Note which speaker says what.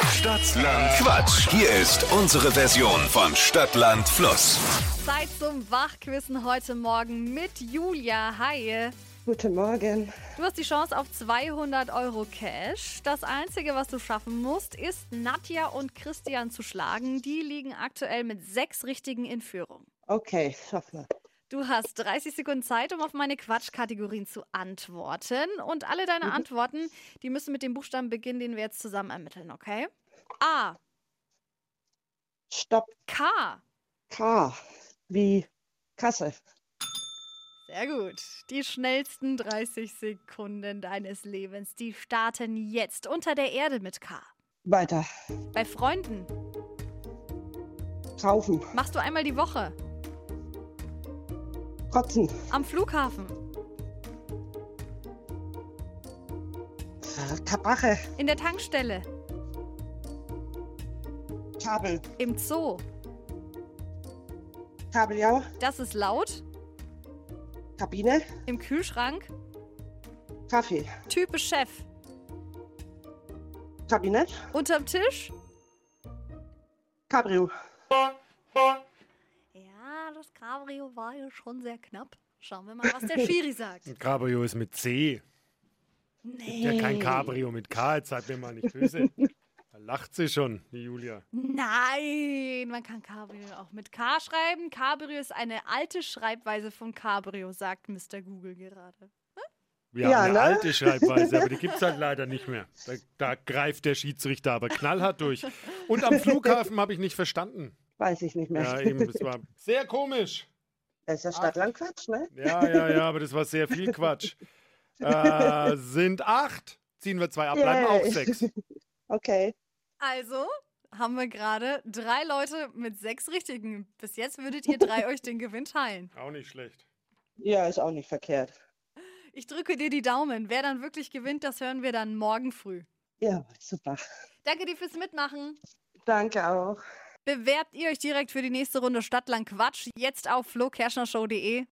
Speaker 1: Stadtland Quatsch. Hier ist unsere Version von Stadtland Fluss.
Speaker 2: Zeit zum Wachquissen heute Morgen mit Julia. Hi.
Speaker 3: Guten Morgen.
Speaker 2: Du hast die Chance auf 200 Euro Cash. Das Einzige, was du schaffen musst, ist, Nadja und Christian zu schlagen. Die liegen aktuell mit sechs Richtigen in Führung.
Speaker 3: Okay, schaffen wir.
Speaker 2: Du hast 30 Sekunden Zeit, um auf meine Quatschkategorien zu antworten. Und alle deine Antworten, die müssen mit dem Buchstaben beginnen, den wir jetzt zusammen ermitteln, okay? A.
Speaker 3: Stopp.
Speaker 2: K.
Speaker 3: K. Wie Kasse.
Speaker 2: Sehr gut. Die schnellsten 30 Sekunden deines Lebens, die starten jetzt unter der Erde mit K.
Speaker 3: Weiter.
Speaker 2: Bei Freunden
Speaker 3: Kaufen.
Speaker 2: machst du einmal die Woche.
Speaker 3: Kotzen.
Speaker 2: Am Flughafen,
Speaker 3: Äh, Kabache.
Speaker 2: in der Tankstelle,
Speaker 3: Kabel.
Speaker 2: im Zoo.
Speaker 3: Kabeljau.
Speaker 2: Das ist laut.
Speaker 3: Kabine.
Speaker 2: Im Kühlschrank,
Speaker 3: Kaffee.
Speaker 2: typisch Chef.
Speaker 3: Kabinett.
Speaker 2: Unterm Tisch?
Speaker 3: Cabrio.
Speaker 2: Ja, das Cabrio war ja schon sehr knapp. Schauen wir mal, was der Schiri sagt.
Speaker 4: Ein Cabrio ist mit C. Ja, kein Cabrio mit K. Jetzt seid mir mal nicht böse. Da lacht sie schon, die Julia.
Speaker 2: Nein, man kann Cabrio auch mit K schreiben. Cabrio ist eine alte Schreibweise von Cabrio, sagt Mr. Google gerade.
Speaker 3: Ja,
Speaker 4: Wir haben eine
Speaker 3: ne?
Speaker 4: alte Schreibweise, aber die gibt es halt leider nicht mehr. Da, da greift der Schiedsrichter aber knallhart durch. Und am Flughafen habe ich nicht verstanden.
Speaker 3: Weiß ich nicht mehr.
Speaker 4: Ja, eben, das war sehr komisch.
Speaker 3: Das ist ja Stadtlandquatsch, ne?
Speaker 4: Ja, ja, ja, aber das war sehr viel Quatsch. Äh, sind acht, ziehen wir zwei ab, bleiben
Speaker 3: Yay.
Speaker 4: auch sechs.
Speaker 3: Okay.
Speaker 2: Also haben wir gerade drei Leute mit sechs Richtigen. Bis jetzt würdet ihr drei euch den Gewinn teilen.
Speaker 4: Auch nicht schlecht.
Speaker 3: Ja, ist auch nicht verkehrt.
Speaker 2: Ich drücke dir die Daumen. Wer dann wirklich gewinnt, das hören wir dann morgen früh.
Speaker 3: Ja, super.
Speaker 2: Danke dir fürs Mitmachen.
Speaker 3: Danke auch.
Speaker 2: Bewerbt ihr euch direkt für die nächste Runde Stadtland Quatsch jetzt auf flokerschnershow.de.